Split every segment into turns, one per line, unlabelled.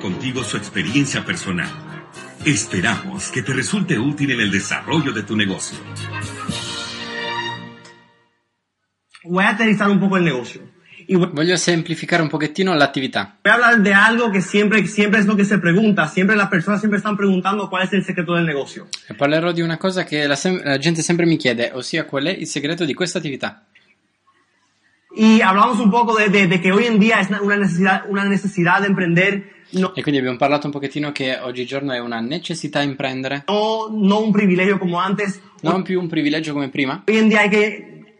Contigo su experiencia personal. Esperamos que te resulte útil en el desarrollo de tu negocio.
Voy a aterrizar un poco el negocio. Y voy
Voglio semplificare un pochettino l'attività.
voy a hablar de algo que siempre, siempre es lo que se pregunta. Siempre las personas siempre están preguntando cuál es el secreto del negocio.
E parlerò di una cosa che la, sem- la gente sempre mi chiede, ossia qual è il segreto di questa attività.
Y hablamos un poco de, de- de que hoy en día es una necesidad, una necesidad de emprender, no,
E quindi abbiamo parlato un pochettino che oggigiorno è una necessità imprendere,
no, no un privilegio como antes.
non più un privilegio come prima.
Hoy en día hay que,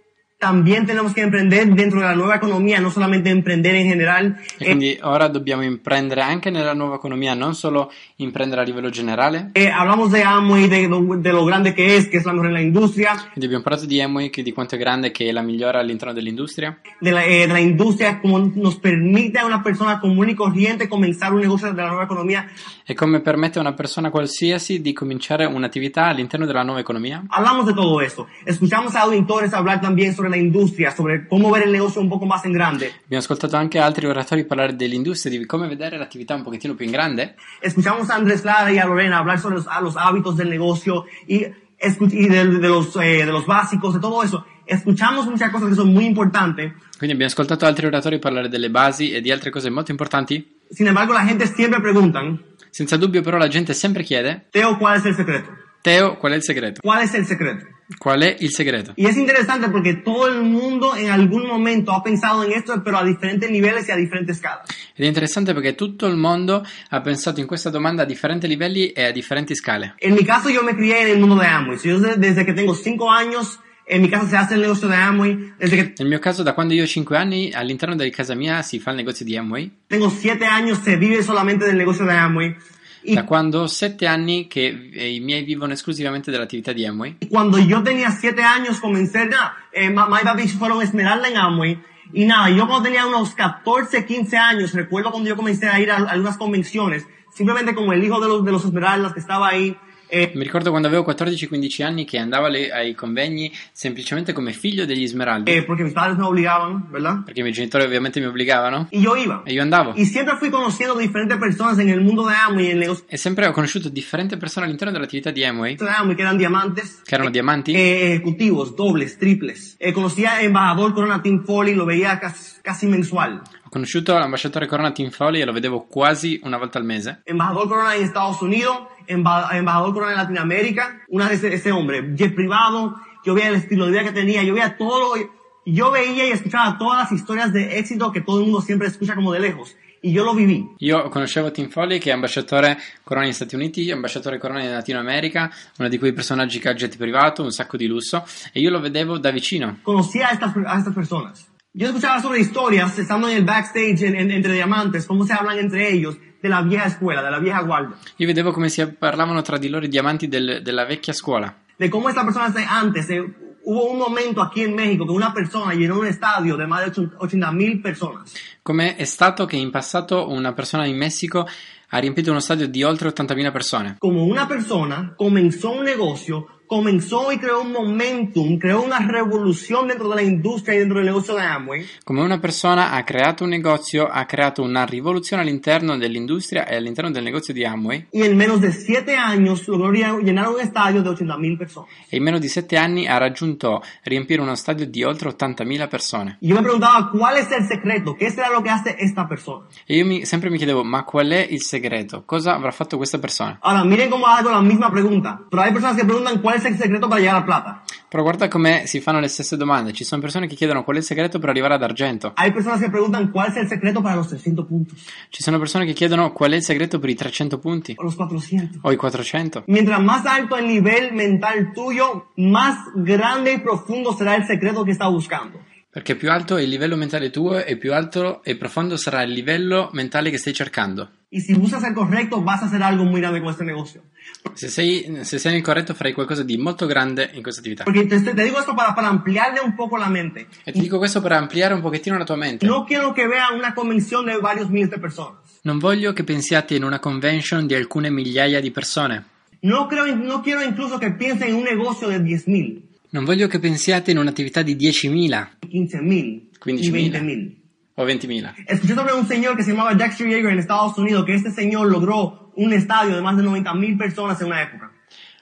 también tenemos que emprender dentro de la nueva economía, no solamente emprender en general.
E
Eh,
quindi ora dobbiamo imprendere anche nella nuova economia, non solo imprendere a livello generale.
eh, hablamos de Amway, de, lo- de lo grande que es, que es la mejor en la industria,
Quindi abbiamo parlato di Amway, che di quanto è grande, che è la migliore all'interno dell'industria.
de la, eh, de la industria, como nos permite a una persona común y corriente comenzar un negocio de la nueva economía.
E come permette a una persona qualsiasi di cominciare un'attività all'interno della nuova economia.
Hablamos de todo eso. Escuchamos a auditores hablar también sobre la industria, sobre cómo ver el negocio un poco más en grande.
Abbiamo ascoltato anche altri oratori parlare dell'industria, di come vedere l'attività un pochettino più in grande.
Escuchamos a Andrés Lara y a Lorena hablar sobre los, a los hábitos del negocio y, escu- y de, de los, eh, de los básicos, de todo eso. Escuchamos muchas cosas que son muy importantes.
Quindi abbiamo ascoltato altri oratori parlare delle basi e di altre cose molto importanti.
Sin embargo, la gente siempre preguntan,
Senza dubbio però la gente sempre chiede,
Teo, ¿cuál es el secreto?
Teo, qual è il segreto?
¿Cuál es el secreto?
Qual è il segreto?
Y es interesante porque todo el mundo en algún momento ha pensado en esto, pero a diferentes niveles y a diferentes escalas.
Ed è interessante perché tutto il mondo ha pensato in questa domanda a differenti livelli e a differenti scale.
En mi caso, yo me crié en el mundo de Amway. Yo desde, desde que tengo cinco años, en mi casa se hace el negocio de Amway. Desde que
Nel mio caso, da quando io ho 5 anni, all'interno di casa mia si fa il negozio di Amway.
tengo siete años, se vive solamente del negocio de Amway. Y
Da quando ho 7 anni che eh, i miei vivono esclusivamente dell'attività di Amway.
cuando yo tenía siete años, comencé, nada, eh, mamá y papi fueron esmeralda en Amway. Y nada, yo cuando tenía unos 14, 15 años, recuerdo cuando yo comencé a ir a algunas convenciones, simplemente como el hijo de los, de los esmeraldas que estaba ahí, eh,
Mi ricordo quando avevo 14-15 anni che andavo alle- ai convegni semplicemente come figlio degli Smeraldi,
eh, porque mis padres me obligaban, ¿verdad?
perché i miei genitori ovviamente mi obbligavano,
Y yo iba.
e io andavo.
Y siempre fui conociendo diferentes personas en el mundo de Amway, en el negocio
E sempre ho conosciuto differenti persone all'interno dell'attività di Amway,
de Amway, que eran diamantes.
che erano diamanti,
eh, ejecutivos, dobles, triples. Eh, conocía a embajador Corona Team Foley, lo veía casi, casi mensual.
ho conosciuto l'ambasciatore Corona Team Foley e lo vedevo quasi una volta al mese.
Embajador Corona en Estados Unidos, emba- embajador Corona en Latinoamérica. Una vez ese, ese hombre, jet privado, yo veía el estilo de vida que tenía, yo veía todo, lo- yo veía y escuchaba todas las historias de éxito que todo el mundo siempre escucha como de lejos. Y yo lo viví.
Io conoscevo Tim Foley che è ambasciatore Corona negli Stati Uniti, ambasciatore Corona in Latino America, uno di quei personaggi che ha jet privato, un sacco di lusso, e io lo vedevo da vicino.
Conocía a estas, a estas personas. Yo escuchaba sobre historias, estando en el backstage, en- en- entre diamantes, cómo se hablan entre ellos, de la vieja escuela, de la vieja guardia.
Io vedevo come si parlavano tra di loro i diamanti del- della vecchia scuola.
de cómo esta persona de antes. eh, hubo un momento aquí en México que una persona llenó un estadio de más de 80 mil personas.
Come è stato che in passato una persona in Messico ha riempito uno stadio di oltre 80.000 persone?
Como una persona comenzó un negocio, comenzó y creó un momentum, creó una revolución dentro de la industria y dentro del negocio de Amway.
Come una persona ha creato un negozio, ha creato una rivoluzione all'interno dell'industria e all'interno del negozio di Amway
Y en menos de siete años logró lle- llenar un estadio de 80 mil personas.
e in meno di 7 anni ha raggiunto riempire uno stadio di oltre 80.000 persone.
Y yo me preguntaba, ¿cuál es el secreto? ¿Qué será lo que hace esta persona?
E io mi- sempre mi chiedevo, ma qual è il segreto? Cosa avrà fatto questa persona?
Ahora, miren cómo hago la misma pregunta. Pero hay personas que preguntan, ¿cuál es el secreto para llegar a plata?
Però guarda come si fanno le stesse domande, ci sono persone che chiedono qual è il segreto per arrivare ad argento,
Hay personas que preguntan, ¿cuál es el secreto para los 300 puntos?
ci sono persone che chiedono qual è il segreto per i 300 punti
o los 400.
o i 400.
Mientras más alto el nivel mental tuyo, más grande y profundo será el secreto que estás buscando.
Perché più alto è il livello mentale tuo e più alto e profondo sarà il livello mentale che stai cercando.
Y si buscas el correcto, vas a hacer algo muy grande con este negocio.
Se sei, se sei nel corretto farai qualcosa di molto grande in questa attività.
Porque te, te digo esto para, para ampliarle un poco la mente.
E ti dico questo per ampliare un pochettino la tua mente.
No quiero que vean una convención de varios miles de personas.
Non voglio che pensiate in una convention di alcune migliaia di persone.
No, creo, no quiero incluso que piensen en un negocio de 10 mil,
Non voglio che pensiate in un'attività di 10.000
15 mil y
15.000.
20 mil.
o 20.000.
Escuché sobre un señor que se llamaba Dexter Yeager en Estados Unidos, que este señor logró un estadio de más de 90 mil personas en una época.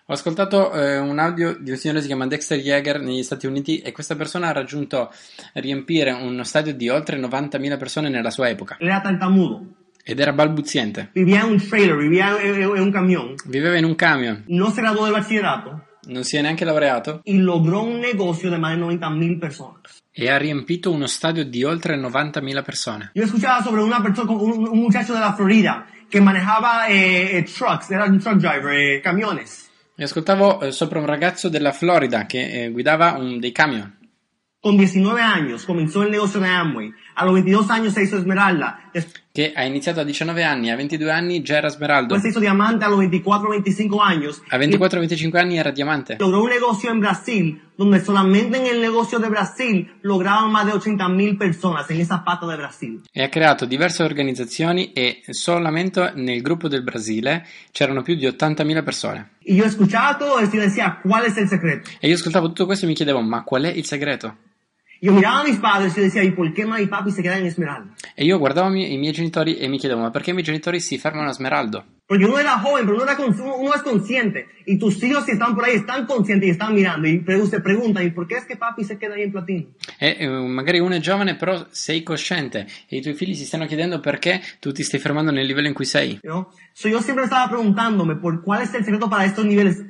Ho ascoltato eh, un audio di un signore che si chiama Dexter Yeager negli Stati Uniti e questa persona ha raggiunto riempire uno stadio di oltre 90.000 persone nella sua epoca
Él era tartamudo,
ed era balbuziente.
vivía en un trailer, vivía en, en- en un camión,
Viveva in un camion,
no se graduó del bachillerato
non si è neanche laureato
y logró un negocio de más de 90 mil personas.
e ha riempito uno stadio di oltre 90.000 persone.
Yo escuchaba sobre una persona, un, un muchacho de la Florida que manejaba eh, eh, trucks, era un truck driver, eh, camiones,
Mi ascoltavo eh, sopra un ragazzo della Florida che eh, guidava un- dei camion.
Con 19 años comenzó el negocio de Amway. A los 22 años se hizo Esmeralda. Después
Che ha iniziato a 19 anni, a 22 anni già era smeraldo,
se hizo Diamante a los 24, 25 años.
a 24-25 anni era diamante.
Y logró un negocio en Brasil, donde solamente en el negocio de Brasil lograban más de 80 mil personas en esa pata de Brasil.
e ha creato diverse organizzazioni e solamente nel gruppo del Brasile c'erano più di 80.000 persone.
Y yo escuchaba todo esto y decía, ¿cuál es el secreto?
E io ascoltavo tutto questo e mi chiedevo, ma qual è il segreto?
Yo miraba a mis padres y decía, ¿y por qué mamá y papi se quedan en Esmeralda?
E io guardavo i miei- i miei genitori e mi chiedevo, ma perché i miei genitori si fermano a Smeraldo?
Porque uno era joven, pero uno, era cons- uno- uno es consciente. Y tus hijos si están por ahí están conscientes y están mirando. Y pre- se preguntan, ¿y por qué es que papi se queda ahí en platino?
E eh, magari uno è giovane, però sei cosciente e i tuoi figli si stanno chiedendo perché tu ti stai fermando nel livello in cui sei.
¿no? So, yo siempre estaba preguntándome por cuál es el secreto para estos niveles,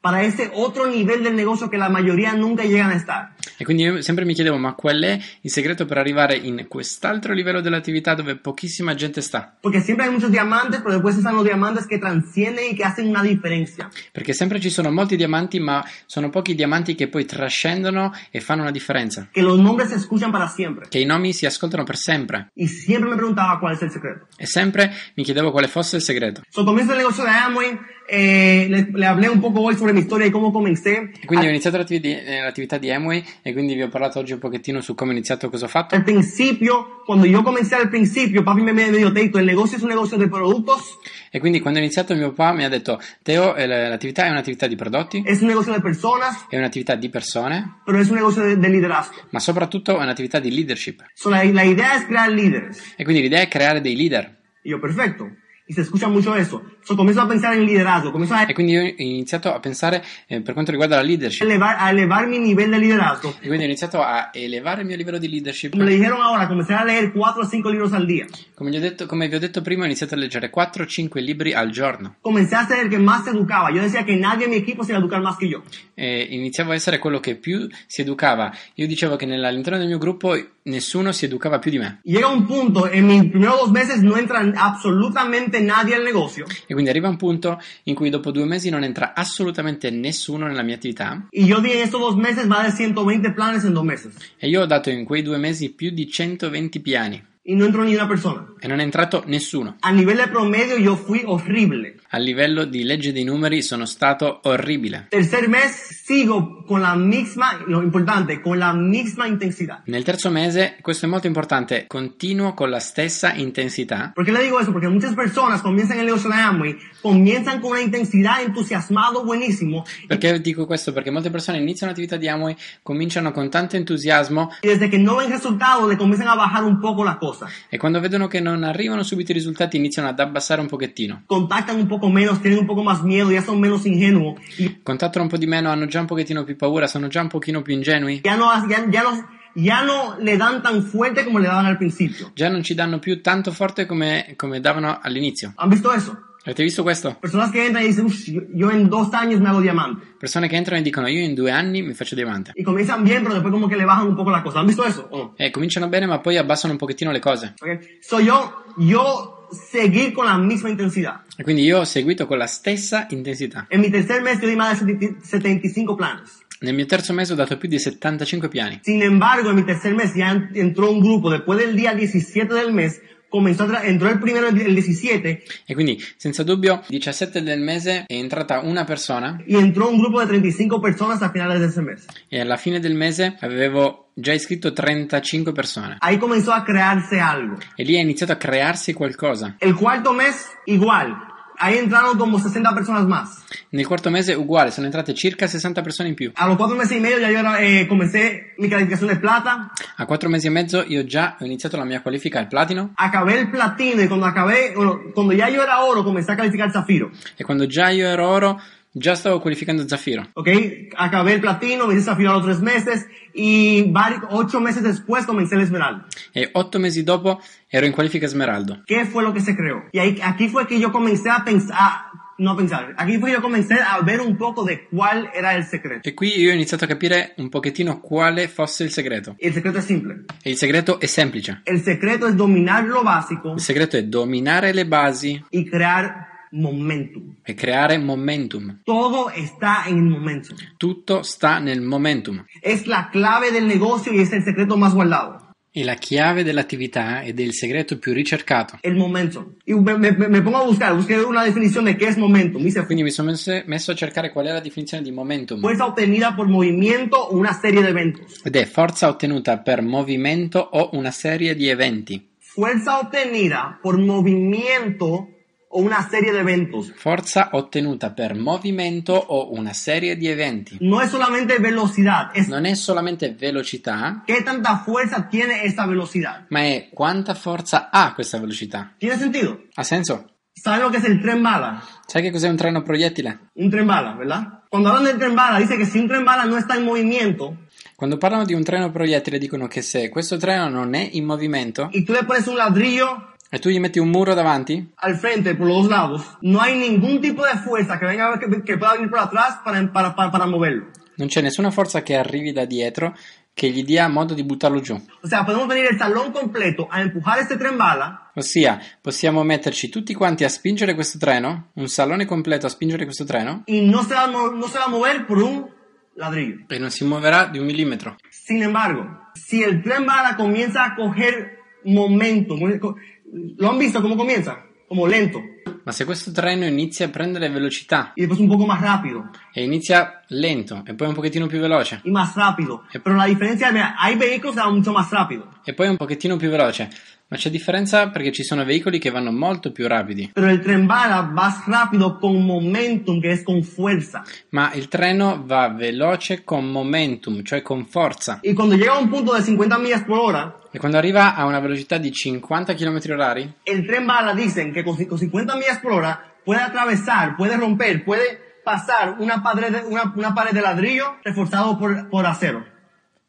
para ese otro nivel del negocio que la mayoría nunca llegan a estar.
E quindi io sempre mi chiedevo, ma qual è il segreto per arrivare in quest'altro livello dell'attività dove pochissima gente sta?
Porque siempre hay muchos diamantes, pero después están los diamantes que transcienden y que hacen una differencia.
Perché sempre ci sono molti diamanti, ma sono pochi i diamanti che poi trascendono e fanno una differenza.
Que los nombres se escuchan para siempre.
Che i nomi si ascoltano per sempre.
Y siempre me preguntaba cuál es el secreto.
E sempre mi chiedevo quale fosse il segreto.
So, comienzo el negocio de Amway, eh, le, le hablé un poco hoy sobre mi historia y cómo comencé.
E quindi ho iniziato l'attivi- eh, l'attività di Amway e quindi vi ho parlato oggi un pochettino su come ho iniziato e cosa ho fatto.
Al principio, cuando yo comencé al principio, papi me me dijo, Teito, el negocio es un negocio de productos,
E quindi quando ho iniziato mio papà mi ha detto Teo, eh, la- l'attività è un'attività di prodotti,
es un negocio de personas,
è un'attività di persone,
pero es un negocio de- de liderazgo.
ma soprattutto è un'attività di leadership.
So, la, la idea es crear líderes.
E quindi l'idea è creare dei leader.
Y yo, perfecto. Y se escucha mucho eso. So, comienzo a pensar en liderazgo, comienzo a
E quindi io ho iniziato a pensare eh, per quanto riguarda la leadership.
elevar, a elevar mi nivel de liderazgo.
E quindi ho iniziato a elevare il mio livello di leadership.
Como le dijeron ahora, comencé a leer cuatro o cinco libros al día.
Come, gli ho detto- come vi ho detto prima, ho iniziato a leggere 4-5 libri al giorno.
Comencé a ser el que más se educaba. Yo decía que nadie en mi equipo se iba a educar más que yo.
E iniziavo a essere quello che più si educava. Io dicevo che nella- all'interno del mio gruppo nessuno si educava più di me.
Y llega un punto, en mis primeros dos meses no entra absolutamente nadie al negocio.
E quindi arriva un punto in cui dopo due mesi non entra assolutamente nessuno nella mia attività.
Y yo di en estos dos meses más de 120 planes en dos meses.
E io ho dato in quei due mesi più di 120 piani.
Y no entró ni una persona.
E non è entrato nessuno.
A nivel de promedio yo fui horrible.
A livello di legge dei numeri sono stato orribile.
Tercer mes sigo con la misma, lo importante, con la misma intensidad.
Nel terzo mese, questo è molto importante, continuo con la stessa intensità
¿Por qué le digo eso? Porque muchas personas comienzan el negocio de Amway, comienzan con una intensidad entusiasmado buenísimo
Perché dico questo? Perché molte persone iniziano l'attività di Amway, cominciano con tanto entusiasmo
y desde que no ven resultados le comienzan a bajar un poco las cosas.
e quando vedono che non arrivano subito i risultati iniziano ad abbassare un pochettino.
Contactan un poco menos, tienen un poco más miedo, ya son menos ingenuos y
Contattano un po' di meno, hanno già un pochettino più paura, sono già un pochino più ingenui,
ya no, ya, ya no, ya no le dan tan fuerte como le daban al principio.
già non ci danno più tanto forte come, come davano all'inizio.
¿Han visto eso?
Avete visto questo?
Personas que entran y dicen, "Ush, yo, yo en dos años me hago diamante.
Persone che entrano e dicono io in due anni mi faccio diamante.
Y comienzan bien, pero después como que le bajan un poco la cosa. ¿Han visto eso? ¿O no?
E cominciano bene ma poi abbassano un pochettino le cose.
Okay. So yo, yo seguí con la misma intensidad.
E quindi io ho seguito con la stessa intensità.
En mi tercer mes yo di más de 70 75 planes.
Nel mio terzo mese ho dato più di 75 piani.
Sin embargo, en mi tercer mes ya en- entró un grupo. Después del día 17 del mes, comenzó a tra- entró el primero el el 17
E quindi, senza dubbio, 17 del mese è entrata una persona
y entró un grupo de 35 personas a finales de ese mes.
e alla fine del mese avevo già iscritto 35 persone.
Ahí comenzó a crearse algo.
E lì è iniziato a crearsi qualcosa.
El cuarto mes, igual. Ahí entraron como 60 personas más.
Nel quarto mese uguale, sono entrate circa 60 persone in più.
A los cuatro meses y medio ya yo era, eh, comencé mi calificación de plata,
A 4 mesi e mezzo io già ho iniziato la mia qualifica al platino
acabé el platino y cuando acabé, bueno, cuando ya yo era oro, comencé a calificar zafiro.
e quando già io ero oro già stavo qualificando zaffiro.
¿Ok? Acabé el platino, me hice zafiro a los tres meses y varios, ocho meses después comencé el esmeralda.
E 8 mesi dopo ero in qualifica smeraldo.
¿Qué fue lo que se creó? Y ahí, aquí fue que yo comencé a pensar, a- no a pensar, aquí fue que yo comencé a ver un poco de cuál era el secreto.
E qui io ho iniziato a capire un pochettino quale fosse il segreto.
El secreto es simple.
E il segreto è semplice.
El secreto es dominar lo básico
Il segreto è dominare le basi
y crear momentum.
e creare momentum.
Todo está en el momento.
Tutto sta nel momentum.
Es la clave del negocio y es el secreto más guardado.
E la chiave dell'attività ed è il segreto più ricercato.
El momento. Y me, me- me pongo a buscar, busqué una definición de qué es momentum. Dice,
Quindi mi sono messo, messo a cercare qual è la definizione di momentum.
fuerza obtenida por movimiento o una serie de eventos.
Ed è forza ottenuta per movimento o una serie di eventi.
Fuerza obtenida por movimiento o una serie de eventos.
Forza ottenuta per movimento o una serie di eventi.
No es solamente velocidad, es
Non è solamente velocità,
qué tanta fuerza tiene esa velocidad.
ma è quanta forza ha questa velocità.
¿Tiene sentido?
Ha senso?
¿Saben lo que es el tren bala?
Sai che cos'è un treno proiettile?
Un tren bala, ¿verdad? Cuando hablan del tren bala, dice que si un tren bala no está en movimiento
Quando parlano di un treno proiettile dicono che se questo treno non è in movimento
y tú le pones un ladrillo
e tu gli metti un muro davanti,
al frente por los dos lados, no hay ningún tipo de fuerza que venga que, que pueda venir por atrás para, para, para, para moverlo.
non c'è nessuna forza che arrivi da dietro che gli dia modo di buttarlo giù.
O sea, podemos venir el salón completo a empujar este tren bala
Ossia, possiamo metterci tutti quanti a spingere questo treno, un salone completo a spingere questo treno,
y no se va, a mo- no se va a mover por un ladrillo.
e non si muoverà di un millimetro.
Sin embargo, si el tren bala comienza a coger momento, muy- co- ¿lo han visto cómo comienza? Como lento
Ma se questo treno inizia a prendere velocità
y después un poco más rápido
e inizia lento e poi un pochettino più veloce
y más rápido. Pero la diferencia, mira, hay vehículos que van mucho más rápido,
e poi un pochettino più veloce, ma c'è differenza perché ci sono veicoli che vanno molto più rapidi,
pero el tren bala vas rápido con momentum, que es con fuerza.
ma il treno va veloce con momentum, cioè con forza.
Y cuando llega a un punto de 50 millas por hora,
E quando arriva a una velocità di 50 km h
el tren bala dicen que con, ci- con 50 millas por hora puede atravesar, puede romper, puede pasar una pared de, una, una pared de ladrillo reforzado por, por acero.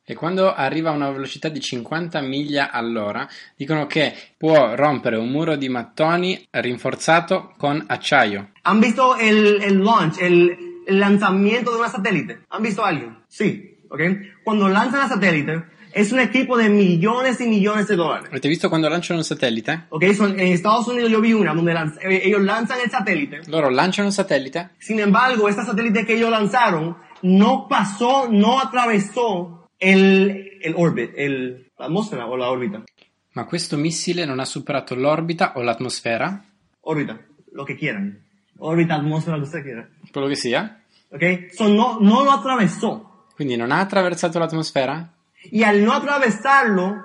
E quando arriva a una velocità di 50 miglia all'ora, dicono che può rompere un muro di mattoni rinforzato con acciaio.
¿Han visto el, el launch, el, el lanzamiento de una satélite? ¿Han visto a alguien? Sí, ¿ok? Cuando lanzan la satélite, es un equipo de millones y millones de dólares.
Avete visto quando lanciano un satellite?
¿Ok? Son- en Estados Unidos yo vi una donde lanz- eh, ellos lanzan el satélite.
Loro lanciano un satellite,
Sin embargo, esta satélite que ellos lanzaron no pasó, no atravesó el, el orbit, el, la atmósfera o la órbita.
ma questo missile non ha superato l'orbita o l'atmosfera,
Órbita, lo que quieran. Órbita, atmósfera, lo que usted quiera.
quello che sia,
¿Ok? So, no, no lo atravesó.
quindi non ha attraversato l'atmosfera
Y al no atravesarlo,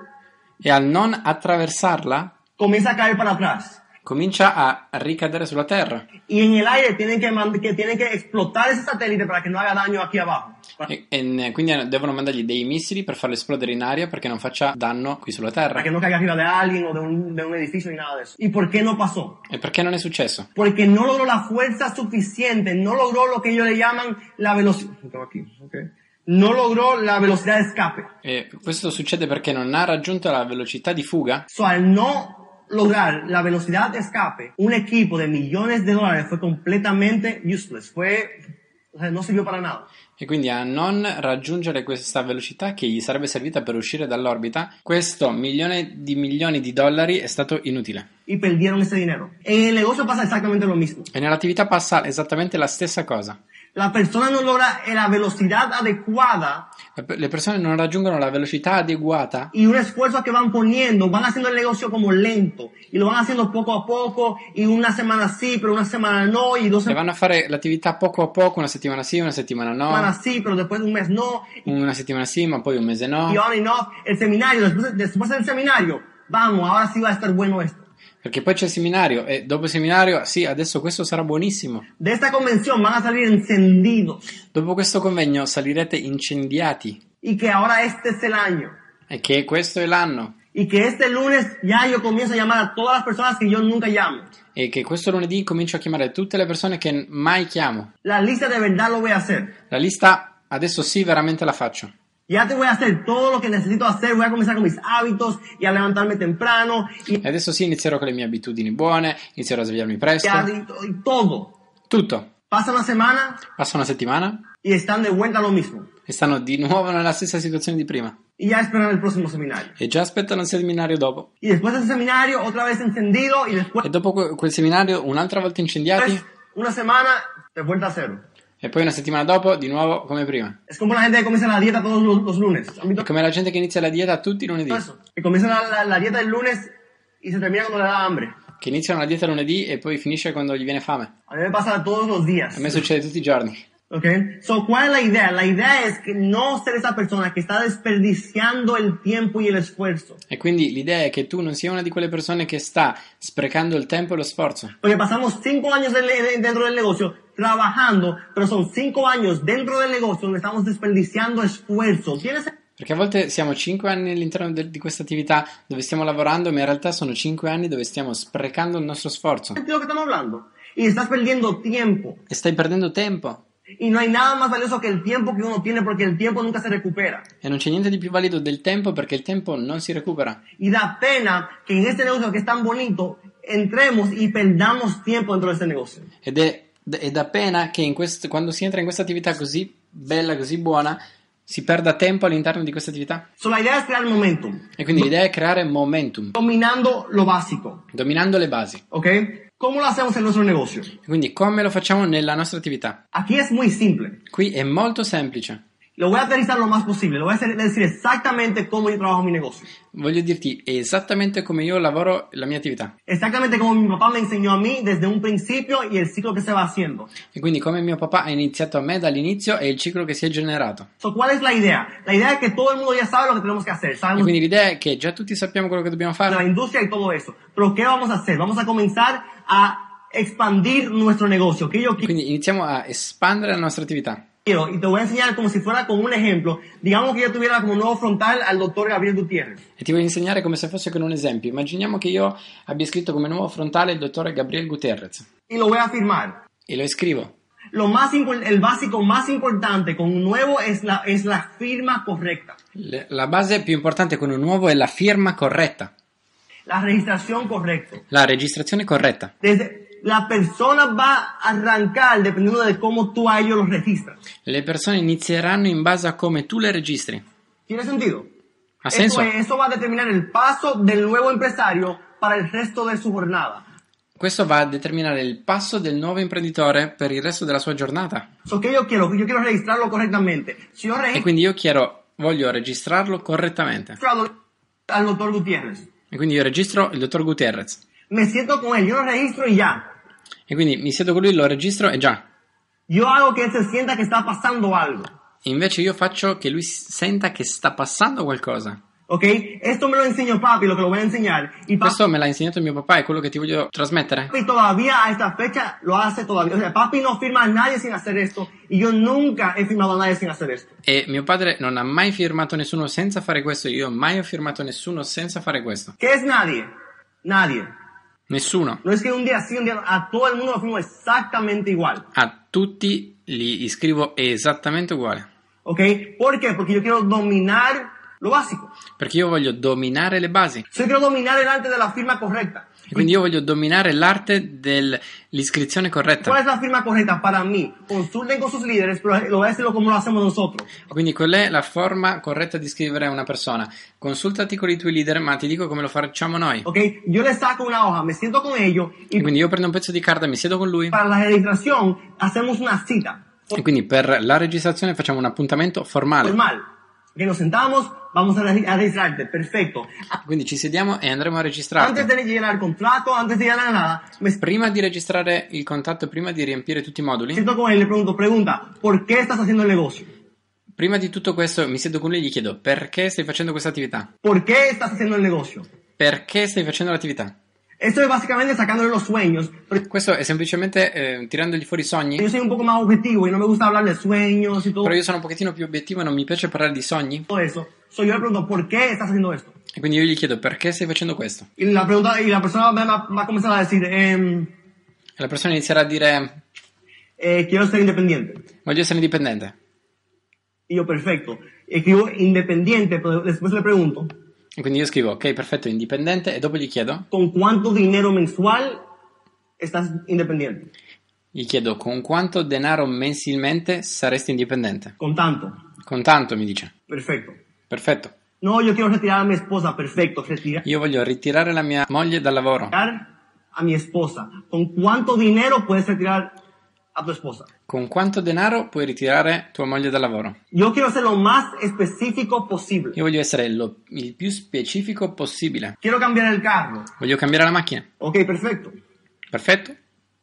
e al non attraversarla
comienza a caer para atrás.
comincia a ricadere sulla Terra.
Y en el aire tienen que, mand- que, tienen que explotar ese satélite para que no haga daño aquí abajo. Para,
E, e quindi devono mandargli dei missili per farlo esplodere in aria perché non faccia danno qui sulla
para
Terra.
que no caiga arriba de alguien o de un, de un edificio ni nada de eso. ¿Y por qué no pasó?
E perché non è successo?
porque no logró la fuerza suficiente, no logró lo que ellos le llaman la velocidad, no logró la velocidad de escape.
E questo succede perché non ha raggiunto la velocità di fuga
So, al no lograr la velocidad de escape, un equipo de millones de dólares fue completamente useless, fue, o sea, no sirvió para nada.
e quindi a non raggiungere questa velocità che gli sarebbe servita per uscire dall'orbita, questo milione di milioni di dollari è stato inutile.
Y perdieron ese dinero. En el negocio pasa exactamente lo mismo.
E nell'attività passa esattamente la stessa cosa.
la persona no logra la velocidad adecuada
Le persone non raggiungono la velocità adeguata
y un esfuerzo que van poniendo, van haciendo el negocio como lento y lo van haciendo poco a poco y una semana sí, pero una semana no y dos
e
semanas
vanno a fare l'attività poco a poco, una settimana sì, una settimana no,
sí, pero después un mes no
una settimana sì, ma poi un mese
y
no,
on and off. El seminario, después, después del seminario, vamos, ahora sí va a estar bueno esto.
perché poi c'è il seminario e dopo il seminario, sì, adesso questo sarà buonissimo.
De esta convención van a salir encendidos
Dopo questo convegno salirete incendiati
y que ahora este es el año
e che questo è l'anno
y que este lunes ya yo comienzo a llamar a todas las personas que yo nunca llamo.
e che questo lunedì comincio a chiamare tutte le persone che n- mai chiamo.
La lista de verdad lo voy a hacer.
La lista adesso sì, veramente la faccio.
Ya te voy a hacer todo lo que necesito hacer. Voy a comenzar con mis hábitos y a levantarme temprano y,
E adesso sì, inizierò con le mie abitudini buone, inizierò a svegliarmi
y a-
presto.
y- y todo.
Tutto.
Pasa una semana
Passa una settimana
y están de vuelta a lo mismo.
e stanno di nuovo nella stessa situazione di prima
Y ya esperan el próximo seminario.
e già aspettano il seminario dopo.
Y después del seminario, otra vez encendido y después
E dopo que- quel seminario un'altra volta incendiati
Pues, una semana de vuelta a cero.
e poi una settimana dopo di nuovo come prima.
Es como la gente que comienza la dieta todos los, los lunes. ¿Han
È
visto
come la gente che inizia la dieta tutti i lunedì,
eso? Que comienza la, la- la dieta el lunes y se termina cuando le da hambre.
che iniziano la dieta lunedì e poi finisce quando gli viene fame.
A mí me pasa todos los días.
A me succede tutti i giorni.
¿Ok? So, ¿cuál es la idea? La idea es que no ser esa persona que está desperdiciando el tiempo y el esfuerzo.
E quindi l'idea è che tu non sia una di quelle persone che sta sprecando il tempo e lo sforzo.
Porque pasamos cinco años del- de- dentro del negocio trabajando, pero son cinco años dentro del negocio donde estamos desperdiciando esfuerzo. ¿Tienes
Perché a volte siamo 5 anni all'interno del- di questa attività dove stiamo lavorando, ma in realtà sono 5 anni dove stiamo sprecando il nostro sforzo.
sentido lo que estamos hablando? Y estás perdiendo tiempo.
E stai perdendo tempo.
Y no hay nada más valioso que el tiempo que uno tiene porque el tiempo nunca se recupera.
E non c'è niente di più valido del tempo perché il tempo non si recupera.
Y da pena que en este negocio que es tan bonito entremos y perdamos tiempo dentro de este negocio.
Ed è, ed è pena che in questo- quando si entra in questa attività così bella, così buona, si perda tempo all'interno di questa attività.
So, la idea es crear momentum,
E quindi l'idea è creare momentum,
dominando lo básico,
dominando le basi.
¿ok? ¿Cómo lo hacemos en nuestro negocio?
Quindi come lo facciamo nella nostra attività?
Aquí es muy simple.
Qui è molto semplice.
Lo voy a aterrizar lo más posible. Lo voy a hacer- decir exactamente cómo yo trabajo mi negocio.
Voglio dirti è esattamente come io lavoro la mia attività
Exactamente como mi papá me ensegnó a mí desde un principio y el ciclo que se va haciendo.
e quindi come mio papà ha iniziato a me dall'inizio e il ciclo che si è generato.
So, ¿Cuál es la idea? La idea es que todo el mundo ya sabe lo que tenemos que hacer.
E
Sabemos
quindi l'idea è che già tutti sappiamo quello che dobbiamo
a la
fare,
industria y todo eso. Pero ¿qué vamos a hacer? Vamos a comenzar a expandir nuestro negocio. Que yo
quindi iniziamo a espandere la nostra attività.
quiero, y te voy a enseñar como si fuera con un ejemplo, digamos que yo tuviera como nuevo frontal al doctor Gabriel Gutiérrez.
E ti voglio insegnare come se fosse con un esempio. Immaginiamo che io abbia scritto come nuovo frontale il dottore Gabriel Guterrez
Y lo voy a afirmar.
e lo iscrivo.
Lo más, impor- el básico más importante con un nuevo es la, es la firma correcta,
Le- La base più importante con un nuovo è la firma corretta,
la registración correcta.
la registrazione corretta.
Desde, la persona va a arrancar dependiendo de cómo tú a ellos los registras.
Le persone inizieranno in base a come tu le registri.
¿Tiene sentido?
Ha
Eso,
senso?
eso va a determinar el paso del nuevo empresario para el resto de su jornada.
Questo va a determinare il passo del nuovo imprenditore per il resto della sua giornata.
So, ¿Qué yo quiero? Yo quiero registrarlo correctamente. Si yo
E
registro
quindi io chiedo, voglio registrarlo correttamente.
al- al doctor Gutiérrez,
E quindi io registro il dottor Guterrez.
me siento con él, yo lo registro y ya.
E quindi mi siedo con lui, lo registro e già.
Yo hago que él se sienta que está pasando algo.
Invece io faccio che lui s- senta che sta passando qualcosa.
¿Ok? Esto me lo enseñó papi, lo que lo voy a enseñar. Y papi
Questo me l'ha insegnato mio papà, è quello che ti voglio trasmettere.
todavía a esta fecha lo hace todavía. O sea, papi no firma a nadie sin hacer esto. Y yo nunca he firmado a nadie sin hacer esto.
E mio padre non ha mai firmato nessuno senza fare questo, io mai ho firmato nessuno senza fare questo.
¿Qué es nadie? Nadie.
Nessuno.
No es que un día sí, un día no. A todo el mundo lo firmo exactamente igual.
A tutti li iscrivo esattamente uguale.
¿Ok? ¿Por qué? Porque yo quiero dominar lo básico.
Perché io voglio dominare le basi.
So, yo quiero dominar el arte de la firma correcta.
E quindi io voglio dominare l'arte dell'iscrizione
¿Cuál
corretta.
es la firma correcta para mí? Consulten con sus líderes, pero lo voy a decirlo como lo hacemos nosotros.
Quindi qual è la forma corretta di scrivere a una persona? Consultati con i tuoi leader, ma ti dico come lo facciamo noi.
¿Ok? Yo les saco una hoja, me siento con ellos
E
y
quindi io prendo un pezzo di carta, mi siedo con lui
para la registración hacemos una cita.
E quindi per la registrazione facciamo un appuntamento formale.
Normal. Que nos sentamos, vamos a, regi- a registrarte. Perfecto.
Quindi ci sediamo e andremo a
Antes
registrare.
de llenar el contrato, antes de llenar nada, me
Prima di registrare il contatto, prima di riempire tutti i moduli,
siento con él y le pregunto, pregunta, ¿por qué estás haciendo el negocio?
prima di tutto questo mi siedo con lui e gli chiedo perché stai facendo questa attività?
¿Por qué estás haciendo el negocio?
Perché stai facendo l'attività?
Esto es básicamente sacándole los sueños, pero
Questo è semplicemente eh, tirandogli fuori i sogni,
yo soy un poco más objetivo y no me gusta hablar de sueños y todo
però io sono un pochettino più obiettivo e non mi piace parlare di sogni.
eso. So, yo le pregunto, ¿por qué estás haciendo esto?
E quindi io gli chiedo perché stai facendo questo?
Y la pregunta, y la persona va, va- va a comenzar a decir, em,
E la persona inizierà a dire
eh, quiero ser independiente.
voglio essere indipendente.
Y yo, perfecto. Escribo independiente, pero después le pregunto,
E quindi io scrivo ok, perfetto, indipendente e dopo gli chiedo,
¿con cuánto dinero mensual estás independiente?
gli chiedo con quanto denaro mensilmente saresti indipendente?
Con tanto.
Con tanto mi dice.
Perfecto.
Perfetto.
No, yo quiero retirar a mi esposa. Perfecto. Retirar
Io voglio ritirare la mia moglie dal lavoro.
a mi esposa. ¿Con cuánto dinero puedes retirar a tu esposa?
Con quanto denaro puoi ritirare tua moglie dal lavoro?
Yo quiero ser lo más específico posible.
Io voglio essere lo- il più specifico possibile.
Quiero cambiar el carro.
Voglio cambiare la macchina.
Ok, perfecto.
Perfetto.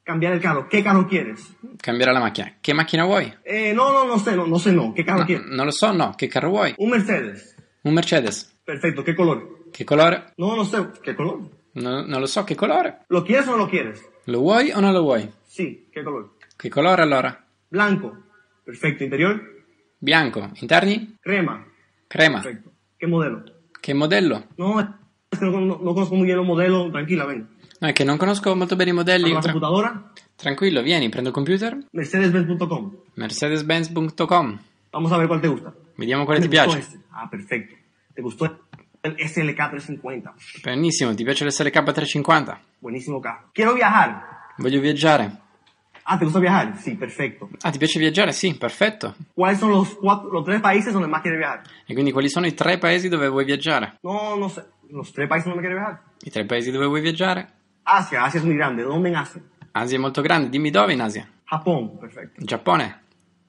Cambiar el carro. ¿Qué carro quieres?
Cambiare la macchina. Che macchina vuoi?
Eh, no, no, no sé, no, no sé, no. ¿Qué carro
No,
quieres?
non lo so, no. Che carro vuoi?
Un Mercedes.
Un Mercedes.
Perfecto. ¿Qué color?
Che colore?
No, no sé. ¿Qué color?
No- non lo so, che colore?
¿Lo quieres o no lo quieres?
Lo vuoi o non lo vuoi?
Sí. ¿Qué color?
Che colore allora?
Blanco. Perfecto. Interior.
Bianco. Interni?
Crema.
Crema.
Perfecto. ¿Qué modelo?
Che modello?
No, es que no, no- no conozco muy bien los modelos. Tranquila, ven.
No, è che non conosco molto bene i modelli.
A la
Tra-
computadora,
Tranquillo, vieni, prendo il computer.
mercedesbenz.com.
Mercedesbenz.com.
Vamos a ver cuál te gusta.
Vediamo quale ti
¿Te gustó
piace.
este? Ah, perfecto. ¿Te gustó el SLK350?
Benissimo, ti piace l'SLK350?
Buenísimo carro. Quiero viajar.
Voglio viaggiare.
Ah, ¿te gusta viajar? Sí, perfecto.
Ah, ti piace viaggiare? Sì, perfetto.
¿Cuáles son los cuatro, los tres países donde más quieres viajar?
E quindi quali sono i tre paesi dove vuoi viaggiare?
No, no sé. ¿Los tres países donde quieres viajar?
I tre paesi dove vuoi viaggiare?
Asia, Asia es muy grande. ¿Dónde en Asia?
Asia è molto grande, dimmi dove in Asia.
Japón, perfecto.
Giappone.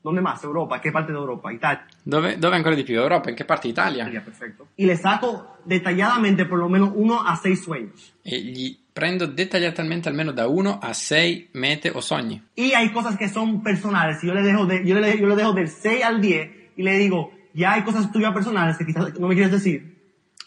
¿Dónde más? Europa. ¿Qué parte de Europa? Italia,
Dove, dove ancora di più? Europa, in che parte? Italia.
perfecto. Ah. Y le saco detalladamente por lo menos uno a seis sueños.
E gli prendo dettagliatamente almeno da 1 a 6 mete o sogni.
Y hay cosas que son personales. Y yo le dejo, de- yo le, yo le dejo del 6 al 10 y le digo, ya hay cosas tuyas personales que quizás no me quieres decir.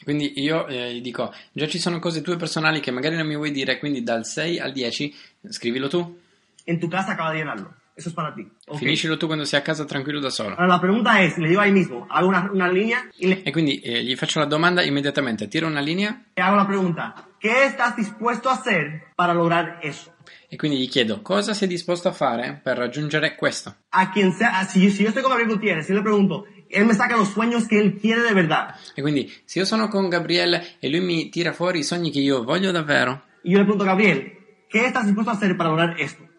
Quindi io eh, gli dico, già ci sono cose tue personali che magari non mi vuoi dire, quindi dal 6 al 10 scrivilo tu.
En tu casa acaba de llenarlo. Eso es para ti. Ok.
Finiscilo tu quando sei a casa tranquillo da solo.
Ahora la pregunta es, le digo ahí mismo, hago una, una línea y le
E quindi eh, gli faccio la domanda immediatamente, tiro una linea
le hago la pregunta, ¿qué estás dispuesto a hacer para lograr eso?
e quindi gli chiedo cosa sei disposto a fare per raggiungere questo.
A quien sea, a- si, si yo estoy con Gabriel Gutiérrez y le pregunto, él me saca los sueños que él quiere de verdad.
E quindi se io sono con Gabriele e lui mi tira fuori i sogni che io voglio davvero,
Y yo le pregunto, Gabriel, ¿qué estás dispuesto a hacer para lograr esto?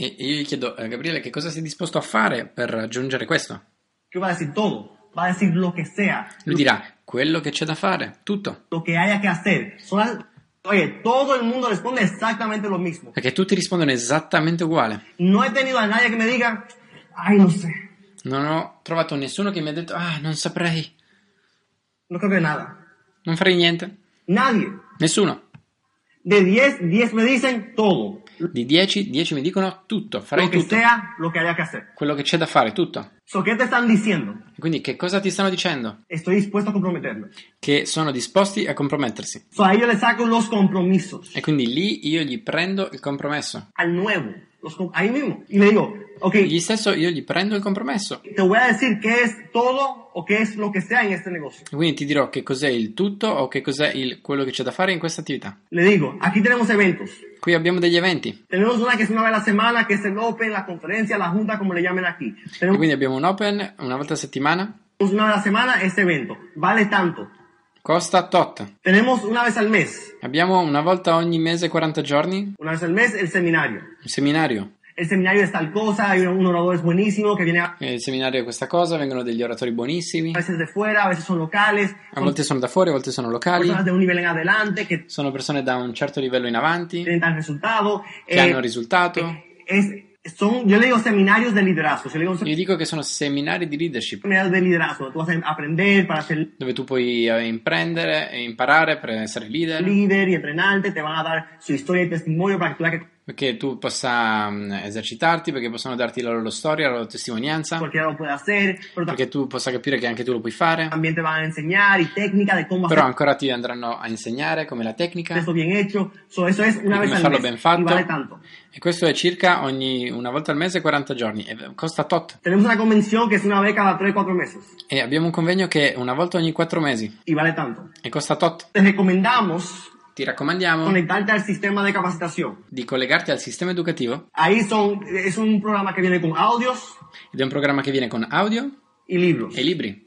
e e io gli chiedo eh, Gabriele che cosa sei disposto a fare per raggiungere questo,
¿Qué va a decir todo? Va a decir lo que sea,
lui dirà quello che c'è da fare, tutto.
lo que haya que hacer. Son las- Oye, todo el mundo responde exactamente lo mismo.
Perché tutti rispondono esattamente uguale.
No he tenido a nadie que me diga, ay, no sé,
Non ho trovato nessuno che mi ha detto ah non saprei,
no creo que nada.
non farei niente.
Nadie.
Nessuno.
De 10, 10 me dicen todo.
Di 10, 10 mi dicono tutto, farei
Lo que
tutto.
sea, lo que haya que hacer.
Quello che c'è da fare, tutto.
So, ¿Qué te están diciendo?
Quindi che cosa ti stanno dicendo?
Estoy dispuesto a comprometerme.
Che sono disposti a compromettersi.
So, a ellos les saco los compromisos.
E quindi lì io gli prendo il compromesso.
Al nuevo. Los, com- ahí mismo. Y le digo, ok,
Gli stesso io gli prendo il compromesso.
te voy a decir qué es todo o qué es lo que sea en este negocio.
E quindi ti dirò che cos'è il tutto o che cos'è il, quello che c'è da fare in questa attività.
Le digo, aquí tenemos eventos.
Qui abbiamo degli eventi.
Tenemos una que es una vez a la semana, que es el Open, la conferencia, la junta, como le llamen aquí.
E
Tenemos
quindi abbiamo un open una volta a settimana,
una vez a la semana este evento. Vale tanto.
costa tot.
Tenemos una vez al mes.
Abbiamo una volta ogni mese 40 giorni un
Una vez al mes el seminario.
seminario.
El seminario es tal cosa, hay un orador es buenísimo que viene a
E il seminario è questa cosa, vengono degli oratori buonissimi.
veces de fuera, a veces son locales,
A volte sono da fuori, a volte sono locali.
personas de un nivel en adelante que
Sono persone da un certo livello in avanti,
tienen tal resultado.
che
Eh,
hanno risultato.
es, son, yo le digo seminarios de liderazgo, yo le digo
Io dico che sono seminari di leadership
seminarios de liderazgo, tú vas a aprender para ser
dove tu puoi eh, imprendere e imparare per essere leader,
líder y entrenarte, te van a dar su historia y testimonio para que tú veas que
perché tu possa mm, esercitarti, perché possono darti la loro storia, la loro testimonianza,
cualquiera lo puede hacer, pero
perché tu possa capire che anche tu lo puoi fare,
también te van a enseñar y técnica de cómo
però
hacer
ancora ti andranno a insegnare come la tecnica
eso bien hecho, So, eso es una
Y
vez al
cómo hacerlo
mes
bien fatto.
y vale tanto.
e questo è circa ogni una volta al mese 40 giorni e costa tot.
Tenemos una convención que es una vez cada 3 4 meses
E abbiamo un convegno che è una volta ogni 4 mesi
y vale tanto.
e costa tot.
Te recomendamos
Ti raccomandiamo
conectarte al sistema de capacitación.
di collegarti al sistema educativo
Ahí son es un programa que viene con audios
ed è un programma che viene con audio
y libros.
e libri.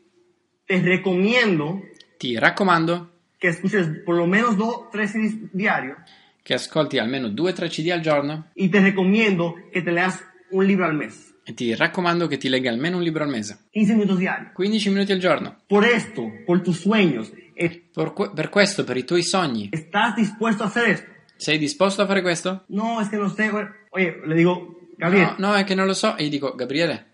Te recomiendo
Ti raccomando
que escuches por lo menos dos, tres CDs diarios
che ascolti almeno 2-3 CD al giorno
y te recomiendo que te leas un libro al mes,
e ti raccomando che ti legga almeno un libro al mese,
15 minutos diarios.
15 minuti al giorno.
Por esto, por tus sueños, eh,
Per, que- per questo, per i tuoi sogni,
¿estás dispuesto a hacer esto?
sei disposto a fare questo?
No, es que no sé. güey. Oye, le digo, Gabriel,
No, no, è che non lo so e gli dico, Gabriele,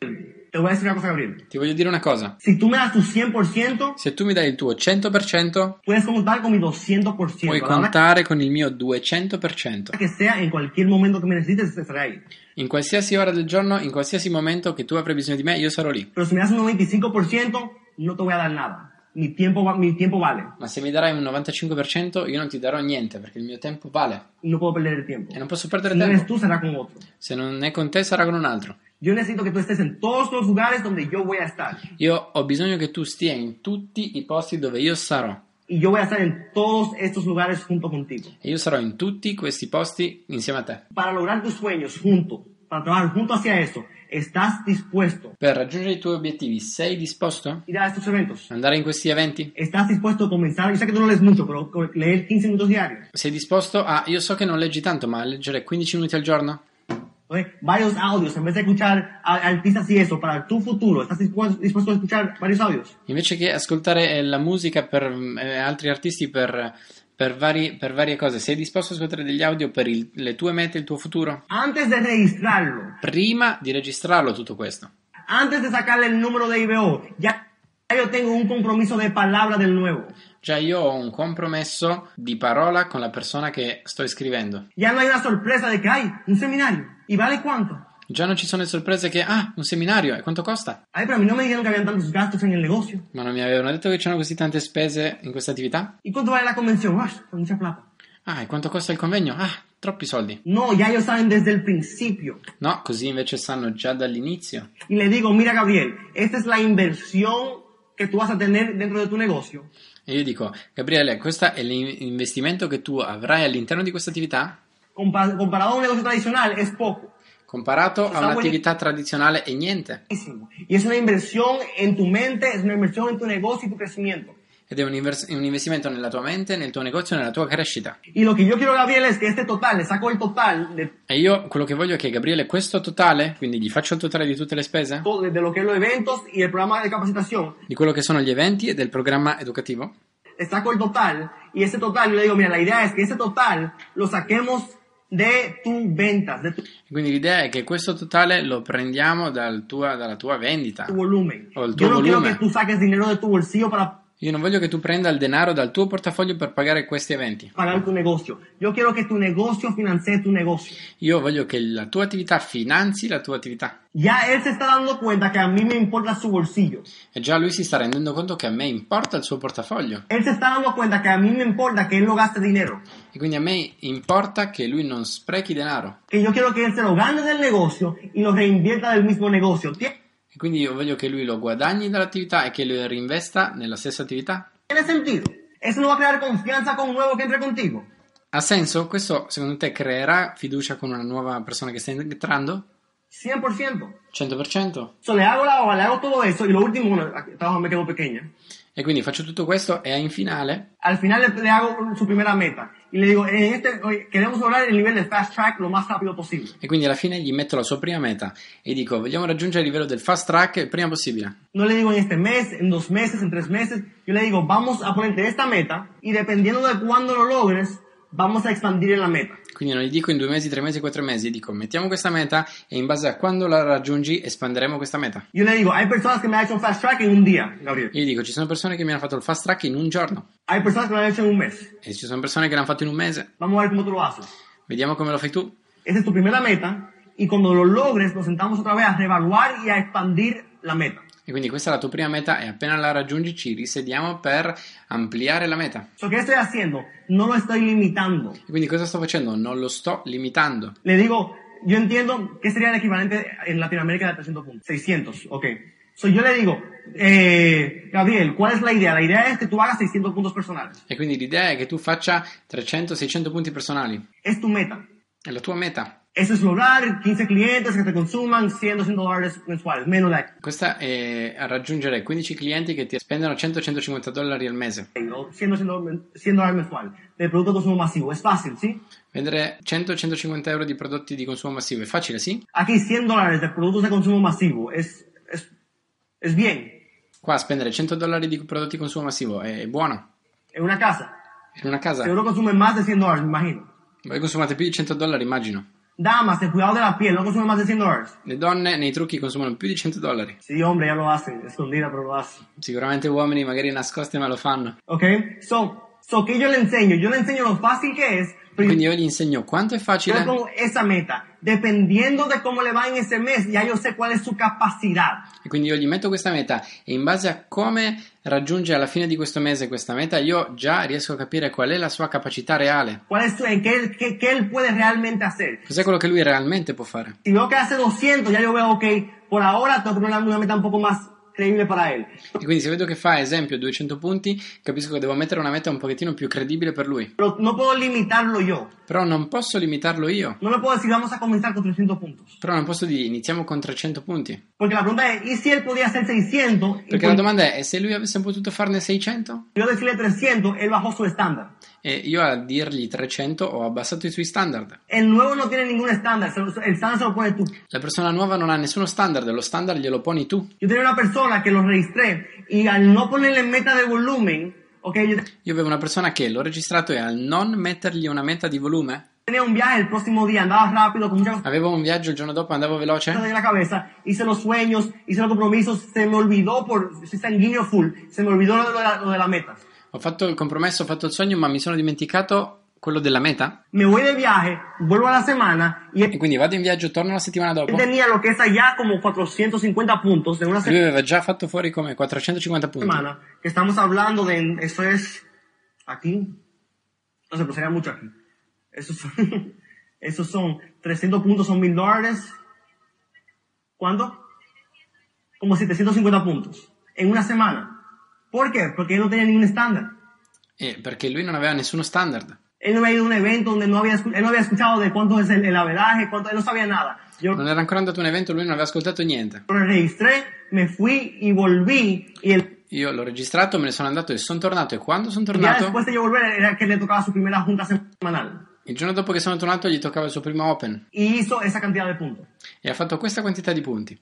te voy a decir una cosa, Gabriel.
ti voglio dire una cosa,
Si tú me das tu 100%,
se tu mi dai il tuo 100%,
puedes contar con mi 200%.
puoi
La verdad
contare con il mio 200%.
que sea, en cualquier momento que me necesites, estaré ahí.
In qualsiasi ora del giorno, in qualsiasi momento che tu avrai bisogno di me, io sarò lì.
Pero si me das un 95%, no te voy a dar nada. Mi tiempo, va- mi tiempo vale.
Ma se mi darai un 95%, io non ti darò niente perché il mio tempo vale
No puedo perder el tiempo.
e non posso perdere
Si no eres
tempo.
tú, será con otro.
Se non è con te, sarà con un altro.
Yo necesito que tú estés en todos los lugares donde yo voy a estar.
Io ho bisogno che tu stia in tutti i posti dove io sarò.
Y yo voy a estar en todos estos lugares junto contigo.
E io sarò in tutti questi posti insieme a te.
Para lograr tus sueños junto, para trabajar junto hacia eso, estás dispuesto
Per raggiungere i tuoi obiettivi, sei disposto ad
a ir a estos eventos.
andare in questi eventi?
Estás dispuesto a comenzar, yo sé que tú no lees mucho, pero co- leer 15 minutos diarios.
Sei disposto a... Io so che non leggi tanto, ma a leggere 15 minuti al giorno?
¿ok? Varios audios, en vez de escuchar a- artistas y eso, para tu futuro, ¿estás dispu- dispuesto a escuchar varios audios?
Invece che ascoltare eh, la musica per eh, altri artisti per, per vari- per varie cose, sei disposto ad ascoltare degli audio per il- le tue mete, il tuo futuro?
Antes de registrarlo,
Prima di registrarlo tutto questo.
antes de sacarle el número de IBO, ya ya yo tengo un compromiso de palabra del nuevo.
Già io ho un compromesso di parola con la persona che sto iscrivendo.
Ya no hay una sorpresa de que hay un seminario. ¿Y vale cuánto?
Già non ci sono le sorprese che, ah, un seminario, e quanto costa?
Ay, pero a mí no me dijeron que habían tantos gastos en el negocio.
Ma non mi avevano detto che c'erano così tante spese in questa attività?
¿Y cuánto vale la convención? Ay, con mucha plata.
Ah, e quanto costa il convegno? Ah, troppi soldi.
No, ya ellos saben desde el principio.
No, così invece sanno già dall'inizio.
Y le digo, mira Gabriel, esta es la inversión que tú vas a tener dentro de tu negocio.
E io dico, Gabriele, questo è l'in- l'investimento che tu avrai all'interno di questa attività?
Compa- Comparado a un negocio tradicional, es poco.
Comparato a
Cosa vuol-
un'attività tradizionale e niente.
Buenísimo. Y es una inversión en tu mente, es una inversión en tu negocio y tu crecimiento.
Ed è un, invers- un investimento nella tua mente, nel tuo negozio, nella tua crescita.
Y lo que yo quiero, Gabriel, es que este total, le saco el total de,
E io quello che voglio è che Gabriele questo totale, quindi gli faccio il totale di tutte le spese,
to- de lo que es los eventos y el programa de capacitación,
di quello che sono gli eventi e del programma educativo.
le saco el total y ese total, yo le digo, mira, la idea es que ese total lo saquemos de tus ventas, de tu,
Quindi l'idea è che questo totale lo prendiamo dal tua- dalla tua vendita.
tu volumen.
O el tu
yo no quiero
volumen.
que tú saques dinero de tu bolsillo para
Io non voglio che tu prenda il denaro dal tuo portafoglio per pagare questi eventi.
pagar tu negocio. Yo quiero que tu negocio financie tu negocio.
Io voglio che la tua attività finanzi la tua attività.
Ya él se está dando cuenta que a mí me importa su bolsillo.
E già lui si sta rendendo conto che a me importa il suo portafoglio.
Él se está dando cuenta que a mí me importa que él no gaste dinero.
E quindi a me importa che lui non sprechi denaro.
Que yo quiero que él se lo gane del negocio y lo reinvierta del mismo negocio. ¿Tie-
E quindi io voglio che lui lo guadagni dall'attività e che lo reinvesta nella stessa attività.
¿Tiene sentido? Eso no va a crear confianza con un nuevo que entre contigo.
Ha senso? Questo secondo te creerà fiducia con una nuova persona che sta entrando?
100%.
100%?
So, le hago la le hago todo eso y lo último, bueno, aquí- esta hoja me quedó pequeña.
E quindi faccio tutto questo e in finale
Al final le, le hago su primera meta y le digo, en este, oye, queremos lograr el nivel de fast track lo más rápido posible.
E quindi alla fine gli metto la sua prima meta e dico vogliamo raggiungere il livello del fast track il prima possibile.
No le digo en este mes, en dos meses, en tres meses. Yo le digo, vamos a ponerte esta meta y dependiendo de cuándo lo logres, vamos a expandir la meta.
Quindi non gli dico in due mesi, tre mesi, quattro mesi, dico mettiamo questa meta e in base a quando la raggiungi espanderemo questa meta.
Yo le digo, hay personas que me han hecho un fast track en un día, Gabriel.
Io gli dico ci sono persone che mi hanno fatto il fast track in un giorno
Hay personas que me lo han hecho en un mes.
e ci sono persone che l'hanno fatto in un mese.
Vamos a ver cómo tú lo haces.
Vediamo come lo fai tu.
Esa es tu primera meta y cuando lo logres nos sentamos otra vez a reevaluar y a expandir la meta.
E quindi questa è la tua prima meta e appena la raggiungi ci risediamo per ampliare la meta.
So, ¿Qué estoy haciendo? No lo estoy limitando.
E quindi cosa sto facendo? Non lo sto limitando.
Le digo, yo entiendo que sería el equivalente en Latinoamérica de 300 puntos. 600, ok. So, yo le digo, eh, Gabriel, ¿cuál es la idea? La idea es que tú hagas 600 puntos personales.
E quindi l'idea è che tu faccia 300-600 punti personali.
Es tu meta.
È la tua meta.
Eso es lograr 15 clientes que te consuman 100, 200 dólares mensuales, menos de aquí.
Questa è a raggiungere 15 clienti che ti spendono 100-150 dollari al mese.
¿no? 100, 100, 100 dólares mensuales de producto de consumo masivo. Es fácil, ¿sí?
Vendere 100-150 euro di prodotti di consumo massivo è facile, sì?
Aquí 100 dólares de productos de consumo masivo es, es, es bien.
Qua spendere 100 dollari di prodotti di consumo massivo è, è buono.
En una casa.
In una casa.
Seguro consumen más de 100 dólares, me imagino.
Voi consumate più di 100 dollari, immagino.
Damas, el cuidado de la piel, no consumen más de 100 dólares.
Le donne nei trucchi consumano più di 100 dollari.
Sí, hombre, ya lo hacen, escondida, pero lo hacen.
Sicuramente uomini magari nascosti ma lo fanno.
¿Ok? So, so, ¿qué yo le enseño? Yo le enseño lo fácil que es, pero
Quindi io gli insegno quanto è
yo
facile
pongo esa meta. Dependiendo de cómo le va en ese mes, ya yo sé cuál es su capacidad.
e quindi io gli metto questa meta e in base a come raggiunge alla fine di questo mese questa meta io già riesco a capire qual è la sua capacità reale.
¿Cuál es su, en qué, qué, qué él puede realmente hacer?
Cos'è quello che lui realmente può fare?
Si veo que hace 200, ya yo veo, ok, por ahora tengo que poner una meta un poco más creíble para él.
E quindi se vedo che fa, esempio, 200 punti, capisco che devo mettere una meta un pochettino più credibile per lui.
Pero no puedo limitarlo yo.
Però non posso limitarlo io.
No le puedo decir, vamos a comenzar con 300 puntos.
Però non posso dire iniziamo con 300 punti.
Porque la pregunta es, ¿y si él podía hacer 600? Y
Perché la
con-
domanda è, e se lui avesse potuto farne 600?
yo decirle 300, él bajó su estándar.
E io a dirgli 300 ho abbassato i suoi standard.
El nuevo no tiene ningún estándar, se lo- el estándar se lo pone tú.
La persona nuova non ha nessuno standard, lo standard glielo poni tu.
Yo tenía una persona que lo registré y al no ponerle meta de volumen, ok, yo
Io avevo una persona che l'ho registrato e al non mettergli una meta di volume,
tenía un viaje el próximo día, andaba rápido, con muchas cosas
avevo un viaggio il giorno dopo, andavo veloce,
en la cabeza, hice los sueños, hice los compromisos, se me olvidó por, soy sanguíneo full, se me olvidó lo de, la, lo de la meta.
ho fatto il compromesso, ho fatto il sogno, ma mi sono dimenticato quello della meta.
Me voy de viaje, vuelvo a la semana y
E
él
quindi vado in viaggio, torno la settimana dopo. Lui
tenía lo que es allá como 450 puntos de una semana.
aveva già fatto fuori come 450 punti.
semana que estamos hablando de eso es aquí no sé pero sería mucho aquí esos son, esos son 300 puntos son mil dólares ¿cuánto? como 750 puntos en una semana ¿por qué? porque él no tenía ningún estándar
Eh, perché lui non aveva nessuno standard.
él no había ido a un evento donde no había escu- él no había escuchado de cuánto es el, el averaje cuánto él no sabía nada yo
Non era ancora andato a un evento, lui non aveva ascoltato niente.
lo registré me fui y volví y el
Io l'ho registrato, me ne sono andato e sono tornato. E quando sono
ya
tornato,
después de yo volver era que le tocaba su primera junta semanal
il giorno dopo che sono tornato, gli toccava il suo primo open
y hizo esa cantidad de puntos.
e ha fatto questa quantità di punti.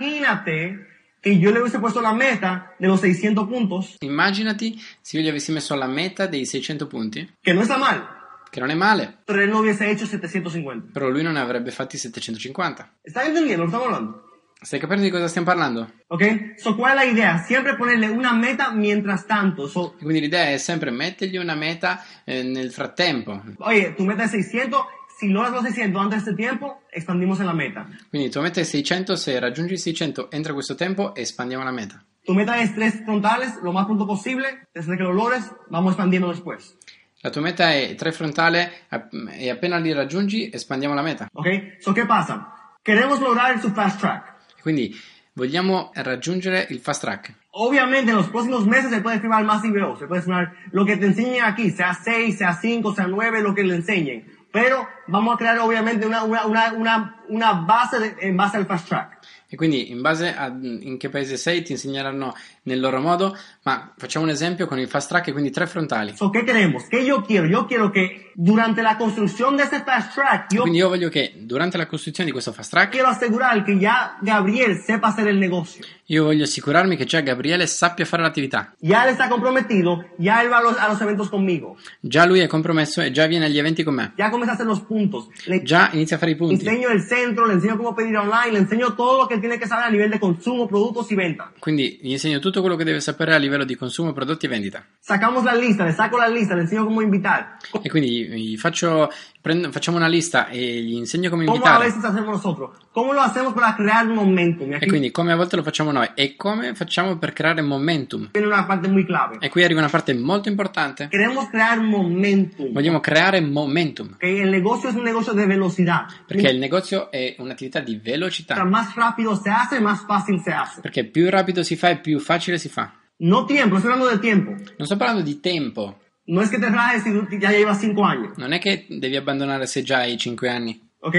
Imagínate que yo le hubiese puesto la meta de los 600 puntos,
Immaginati se io gli avessi messo la meta dei 600 punti,
que no está mal,
che non è male,
pero él no hubiese hecho 750.
però lui non ne avrebbe fatti 750.
¿Están entendiendo lo que estamos hablando?
Stai capendo di cosa stiamo parlando?
¿Ok? So, ¿cuál es la idea? Siempre ponerle una meta mientras tanto. So,
E Quindi l'idea è sempre mettergli una meta eh, nel frattempo.
oye, tu meta es 600, si logras los 600 antes de este tiempo, expandimos en la meta.
Quindi tua meta è 600, se raggiungi i 600 entro questo tempo espandiamo la meta.
Tu meta es tres frontales, lo más pronto posible, desde que lo logres, vamos expandiendo después.
La tua meta è 3 frontale app- e appena li raggiungi espandiamo la meta.
¿Ok? So, ¿qué pasa? Queremos lograr su fast track.
Quindi vogliamo raggiungere il fast track.
Obviamente en los próximos meses se puede firmar más IBO, se puede firmar lo que te enseñen aquí, sea 6, sea 5, sea 9, lo que le enseñen. Pero vamos a crear obviamente una, una, una, una, una base de- en base al fast track.
E quindi in base a in che paese sei ti insegneranno nel loro modo, ma facciamo un esempio con il fast track, quindi tre frontali.
So, ¿Qué queremos? ¿Qué yo quiero? Yo quiero que durante la construcción de ese fast track, yo
Quindi io voglio che durante la costruzione di questo fast track
quiero asegurar que ya Gabriel sepa hacer el negocio.
io voglio assicurarmi che già Gabriele sappia fare l'attività.
Ya él está comprometido, ya él va a los, a los eventos conmigo,
Già lui è compromesso e già viene agli eventi con me.
ya comienza a hacer los puntos. Le
Già inizia a fare i
le
punti.
enseño el centro, le enseño cómo pedir online, le enseño todo lo que él tiene que saber a nivel de consumo, productos y venta.
Quindi gli insegno tutto quello che deve sapere a livello di consumo, prodotti e vendita.
Sacamos la lista, le saco la lista, le enseño cómo invitar.
E quindi gli- gli faccio, prendo- facciamo una lista e gli insegno come
¿Cómo a
invitare.
veces hacemos nosotros? ¿Cómo lo hacemos para crear un momento? Y
E
aquí
quindi come a volte lo facciamo noi e come facciamo per creare momentum.
viene una parte muy clave.
E qui arriva una parte molto importante.
Queremos crear momentum.
Vogliamo creare momentum.
Ok, El negocio es un negocio de velocidad.
Perché il negozio è un'attività di velocità.
Mientras más rápido se hace, más fácil se hace.
Perché più rapido si fa e più facile si fa.
No tiempo, estoy hablando de tiempo.
Non sto parlando di tempo.
No es que te rajes si tú ya llevas cinco años.
Non è che devi abbandonare se già hai 5 anni.
¿ok?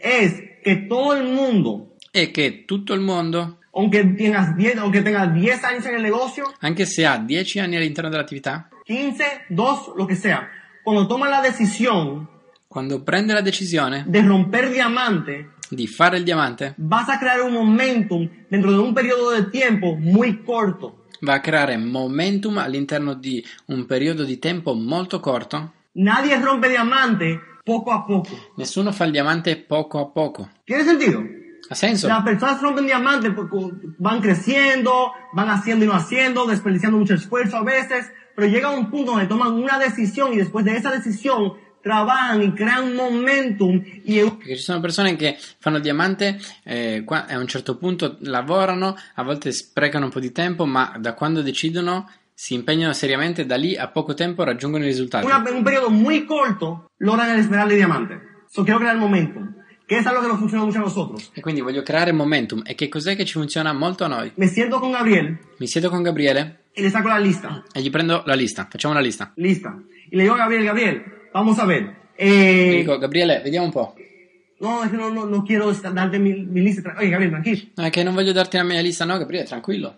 Es que todo el mundo,
È che tutto il mondo,
aunque tengas 10, aunque tengas 10 años en el negocio,
anche se ha 10 anni all'interno dell'attività,
15, 2, lo que sea, cuando tomas la decisión
quando prende la decisione
de romper diamante,
di fare il diamante,
vas a crear un momentum dentro de un periodo de tiempo muy corto.
va a creare momentum all'interno di un periodo di tempo molto corto.
Nadie rompe diamante poco a poco.
Nessuno fa il diamante poco a poco.
¿Tiene sentido?
Ha senso?
Las personas rompen diamante porque van creciendo, van haciendo y no haciendo, desperdiciando mucho esfuerzo a veces, pero llega un punto donde toman una decisión y después de esa decisión trabajan y crean momentum y
Perché ci sono persone che fanno il diamante, eh, qua- a un certo punto lavorano, a volte sprecano un po' di tempo, ma da quando decidono si impegnano seriamente, da lì a poco tempo raggiungono i risultati.
una- en un periodo muy corto logran el esmeralda y diamante. So quiero crear momentum, que es algo que nos funciona mucho a nosotros.
E quindi voglio creare momentum. E che cos'è che ci funziona molto a noi?
Me siento con Gabriel
Mi siedo con Gabriele
y le saco la lista.
e gli prendo la lista. Facciamo una lista.
Lista. Y le digo a Gabriel, Gabriel, vamos a ver.
Gli
Eh,
dico, Gabriele, vediamo un po'.
no, es que no, no, no quiero darte mi, mi lista. Oye, Gabriel, tranquilo.
No, è che non voglio darti la mia lista, no, Gabriele, tranquillo.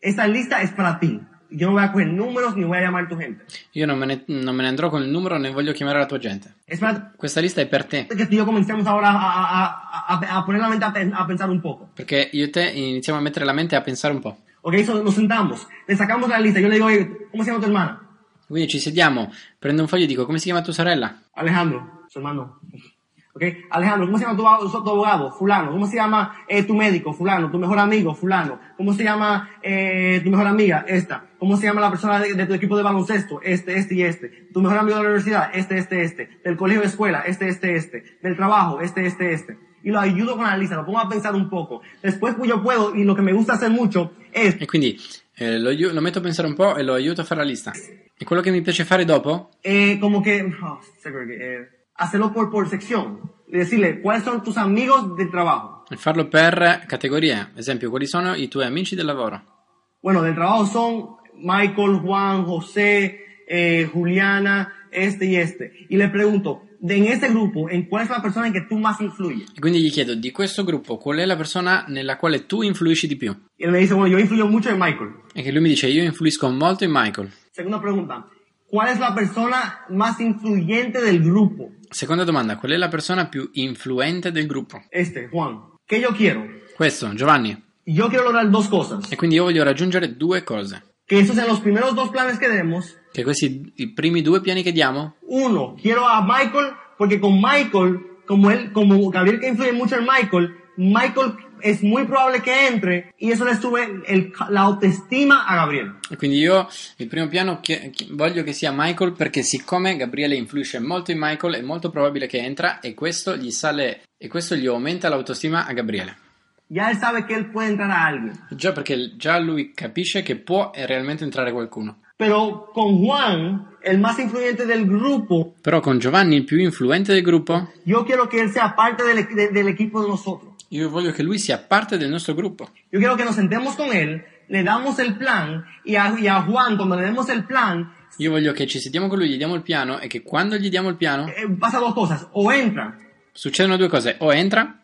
Esta lista es para ti. Yo no voy a coger números ni voy a llamar a tu gente.
Io non me ne, non me ne andrò con il numero, ne voglio chiamare la tua gente.
Es para
Questa lista è per te.
ti que tú y yo comencemos ahora a, a- a- a- a poner la mente a, pen- a pensar un poco.
Perché io e te iniziamo a mettere la mente e a pensare un po'.
Ok, so, nos sentamos, le sacamos la lista. Yo le digo, oye, ¿cómo se llama tu hermana?
Quindi ci sediamo, prendo un foglio e dico come si chiama tua sorella?
Alejandro, su hermano. Ok, Alejandro, ¿cómo se llama tu, abogado- tu abogado? Fulano. ¿Cómo se llama eh, tu médico? Fulano. ¿Tu mejor amigo? Fulano. ¿Cómo se llama eh, tu mejor amiga? Esta. ¿Cómo se llama la persona de, de tu equipo de baloncesto? Este, este y este. ¿Tu mejor amigo de la universidad? Este, este, este. ¿Del colegio de escuela? Este, este, este. ¿Del trabajo? Este, este, este. Y lo ayudo con la lista, lo pongo a pensar un poco. Después pues, yo puedo, y lo que me gusta hacer mucho, es
E quindi eh, lo, aiu- lo metto a pensare un po' e lo aiuto a fare la lista. E quello che mi piace fare dopo
eh, como que oh, segregue- eh, hacerlo por, por sección. Y Decirle, ¿cuáles son tus amigos del trabajo?
è farlo per categorie. Ad esempio, quali sono i tuoi amici del lavoro?
Bueno, del trabajo son Michael, Juan, José, eh, Juliana, este y este. Y le pregunto, de en ese grupo, ¿en cuál es la persona en que tú más influyes?
E quindi gli chiedo di questo gruppo qual è la persona nella quale tu influisci di più.
Y él me dice, bueno, yo influyo mucho en Michael.
E che lui mi dice io influisco molto in Michael.
Segunda pregunta, ¿cuál es la persona más influyente del grupo?
Seconda domanda, qual è la persona più influente del gruppo?
Este, Juan. ¿Qué yo quiero?
Questo, Giovanni.
Yo quiero lograr dos cosas.
E quindi io voglio raggiungere due cose.
Que esos sean los primeros dos planes que demos.
Che questi i primi due piani che diamo
Uno, quiero a Michael porque con Michael, como él, como Gabriel que influye mucho en Michael, Michael es muy probable que entre y eso le sube el- la autoestima a Gabriel.
E quindi io il primo piano chie- chi- voglio che sia Michael perché siccome Gabriele influisce molto in Michael è molto probabile che entra e questo gli sale e questo gli aumenta l'autostima a Gabriele.
Ya él sabe que él puede entrar a alguien.
Già perché l- già lui capisce che può eh, realmente entrare qualcuno.
Pero con Juan, el más influyente del grupo,
Però con Giovanni, il più influente del gruppo,
yo quiero que él sea parte del, equi- de- del equipo de nosotros.
io voglio che lui sia parte del nostro gruppo.
Yo quiero que nos sentemos con él, le damos el plan y a, y a Juan, cuando le demos el plan,
Io voglio che ci sediamo con lui, gli diamo il piano e che quando gli diamo il piano
eh, pasa dos cosas. O entra
succedono due cose, o entra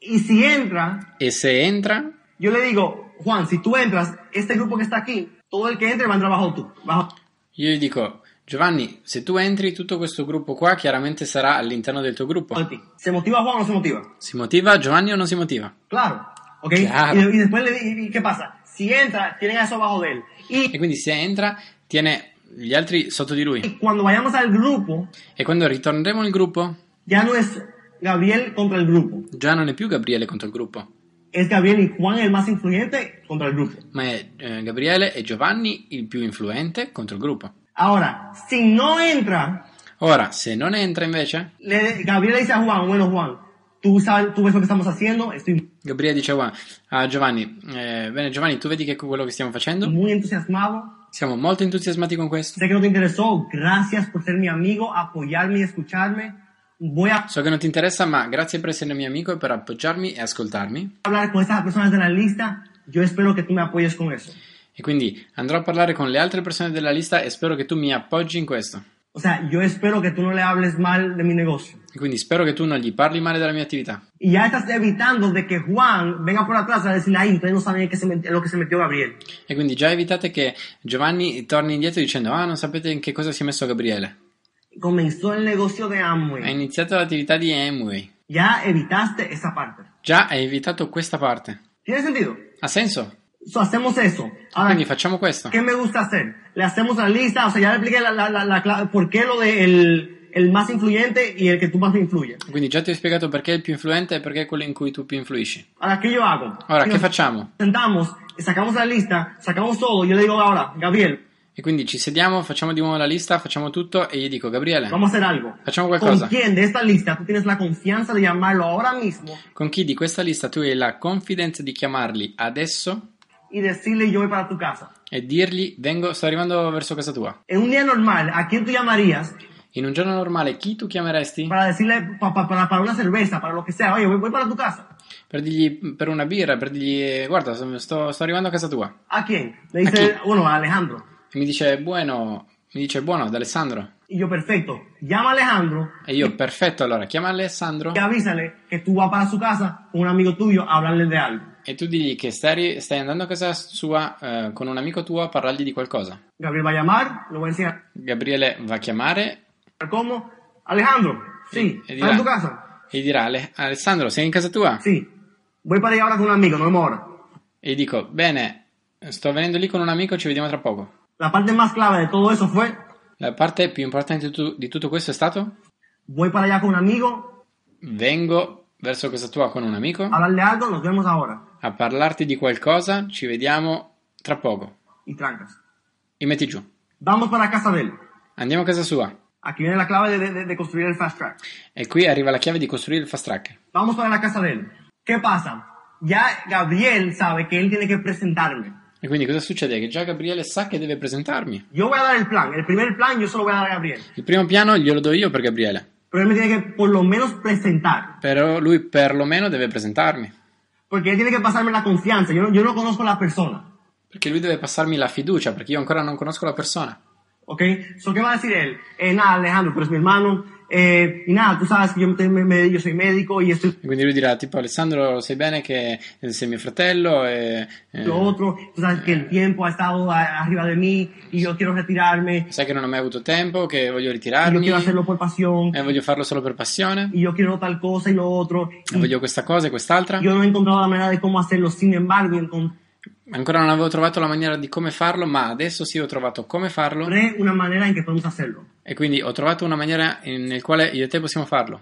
Y si entra,
E se entra,
yo le digo, Juan, si tú entras, este grupo que está aquí, todo el que entra va a entrar bajo tu, bajo
io gli dico, Giovanni, se tu entri, tutto questo gruppo qua chiaramente sarà all'interno del tuo gruppo.
ti. ¿Se motiva Juan o no se motiva?
Si motiva Giovanni o non si motiva?
Claro, ¿ok?
Claro.
Y, y después le di- y- y ¿qué pasa? Si entra, tienen a eso bajo de él.
E
Y,
quindi se entra, tiene gli altri sotto di lui.
y cuando vayamos al grupo,
E quando ritorneremo nel gruppo,
ya no es Gabriel contra el grupo,
già non è più Gabriele contro il gruppo,
es Gabriel y Juan el más influyente contra el grupo.
ma è eh, Gabriele e Giovanni il più influente contro il gruppo.
Ahora, si no entra,
Ora, se non entra invece,
le- Gabriel le dice a Juan, bueno Juan, tú sabes, tú ves lo que estamos haciendo, estoy
Gabriele dice "Guarda, a Giovanni, eh, bene Giovanni, tu vedi che quello che stiamo facendo?
muy entusiasmado,
Siamo molto entusiasmati con questo.
sé que no te interesó, gracias por ser mi amigo, apoyarme y escucharme, voy a
So che non ti interessa, ma grazie per essere mio amico e per appoggiarmi e ascoltarmi.
hablar con esas personas de la lista, yo espero que tú me apoyes con eso.
E quindi andrò a parlare con le altre persone della lista e spero che tu mi appoggi in questo.
O sea, yo espero que tú no le hables mal de mi negocio.
E quindi spero che tu non gli parli male della mia attività.
Y ya estás evitando de que Juan venga por atrás a decirle, ahí, ustedes no saben en qué se met- en lo que se metió Gabriel.
E quindi già evitate che Giovanni torni indietro dicendo ah non sapete in che cosa si è messo Gabriele.
Comenzó el negocio de
Ha
Amway.
iniziato l'attività di Amway.
Ya evitaste esa parte.
Già hai evitato questa parte.
¿Tiene sentido?
Ha senso?
So, hacemos eso. Ahora,
Quindi facciamo questo.
¿qué me gusta hacer? Le hacemos la lista, o sea, ya le expliqué la, la, la, la cla- por qué lo de el, el más influyente y el que tú más influyes.
Quindi già ti ho spiegato perché è il più influente e perché è quello in cui tu più influisci.
Ahora, ¿qué yo hago? Y
Ora, che
nos
facciamo?
Sentamos, sacamos la lista, sacamos todo. Yo le digo ahora, Gabriel,
E quindi ci sediamo, facciamo di nuovo la lista, facciamo tutto e gli dico Gabriele,
Vamos a hacer algo.
Facciamo qualcosa.
¿Con quién de esta lista tú tienes la confianza de llamarlo ahora mismo
con chi di questa lista tu hai la confidenza di chiamarli adesso
y decirle yo voy para tu casa?
e dirgli vengo, sto arrivando verso casa tua.
En un día normal, ¿a quién tú llamarías
In un giorno normale chi tu chiameresti
para decirle pa- pa- para, para una cerveza, para lo que sea? Oye, voy, voy para tu casa.
per dirgli per una birra, per dirgli eh, guarda sto, sto arrivando a casa tua.
¿A quién? Le dice,
¿A quién?
bueno, a Alejandro.
E mi dice buono, mi dice buono ad Alessandro.
Y yo, perfecto. Llama a Alejandro
E io perfetto allora, chiama Alessandro
y avísale que tú vas para su casa con un amigo tuyo a hablarle de algo.
e tu digli che stai, stai andando a casa sua eh, con un amico tuo a parlargli di qualcosa.
Gabriel va a llamar, lo voy a enseñar
Gabriele va a chiamare
cómo. Alejandro, sí,
e
¿estás en tu
dirà,
casa?
e dirà "Ale- Alessandro sei in casa tua?
Sí. Voy para allá ahora con un amigo, no vemos ahora.
E gli dico bene, sto venendo lì con un amico, ci vediamo tra poco.
La parte más clave de todo eso fue,
La parte più importante di, tu- di tutto questo è stato
voy para allá con un amigo,
vengo verso casa tua con un amico
a hablarle algo, nos vemos ahora.
a parlarti di qualcosa, ci vediamo tra poco.
Y trancas.
E metti giù.
Vamos para casa de él.
Andiamo a casa sua.
Aquí viene la clave de, de- de construir el fast track.
E qui arriva la chiave di costruire il fast track.
Vamos para la casa de él. ¿Qué pasa? Ya Gabriel sabe que él tiene que presentarme.
E quindi cosa succede? Che già Gabriele sa che deve presentarmi.
Yo voy a dar el plan. El primer plan yo solo voy a dar a Gabriel.
Il primo piano glielo do io per Gabriele.
Pero él me tiene que por lo menos presentar.
Però lui perlomeno deve presentarmi.
Porque él tiene que pasarme la confianza. Yo no, yo no conozco a la persona.
Perché lui deve passarmi la fiducia, perché io ancora non conosco la persona.
¿Ok? So, ¿Qué va a decir él? Eh, nada, Alejandro, pero es mi hermano. Eh, y nada, tú sabes que yo, me- me- yo soy médico y estoy
E quindi lui dirà, tipo, Alessandro, sai bene che eh, sei mio fratello e... eh,
lo otro, tú sabes que el tiempo ha estado a- arriba de mí y yo quiero retirarme,
sai che non ho mai avuto tempo, che voglio
y yo
ritirarmi,
quiero hacerlo por pasión,
e Eh, voglio farlo solo per passione,
y yo quiero tal cosa y lo otro,
e voglio questa cosa e quest'altra.
y yo no he encontrado la manera de cómo hacerlo, sin embargo encontré
Ancora non avevo trovato la maniera di come farlo, ma adesso sì ho trovato come farlo
una manera en que podemos hacerlo,
e quindi ho trovato una maniera in- nel quale io e te possiamo farlo.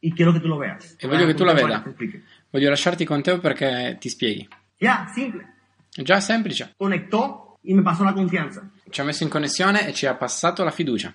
y quiero que tú lo veas.
Y voglio Eh, que tú la veas.
Te explique.
Voglio lasciarti con te perché ti spieghi.
Ya, simple.
È già semplice.
Conectó y me pasó la confianza.
Ci ha messo in connessione e ci ha passato la fiducia.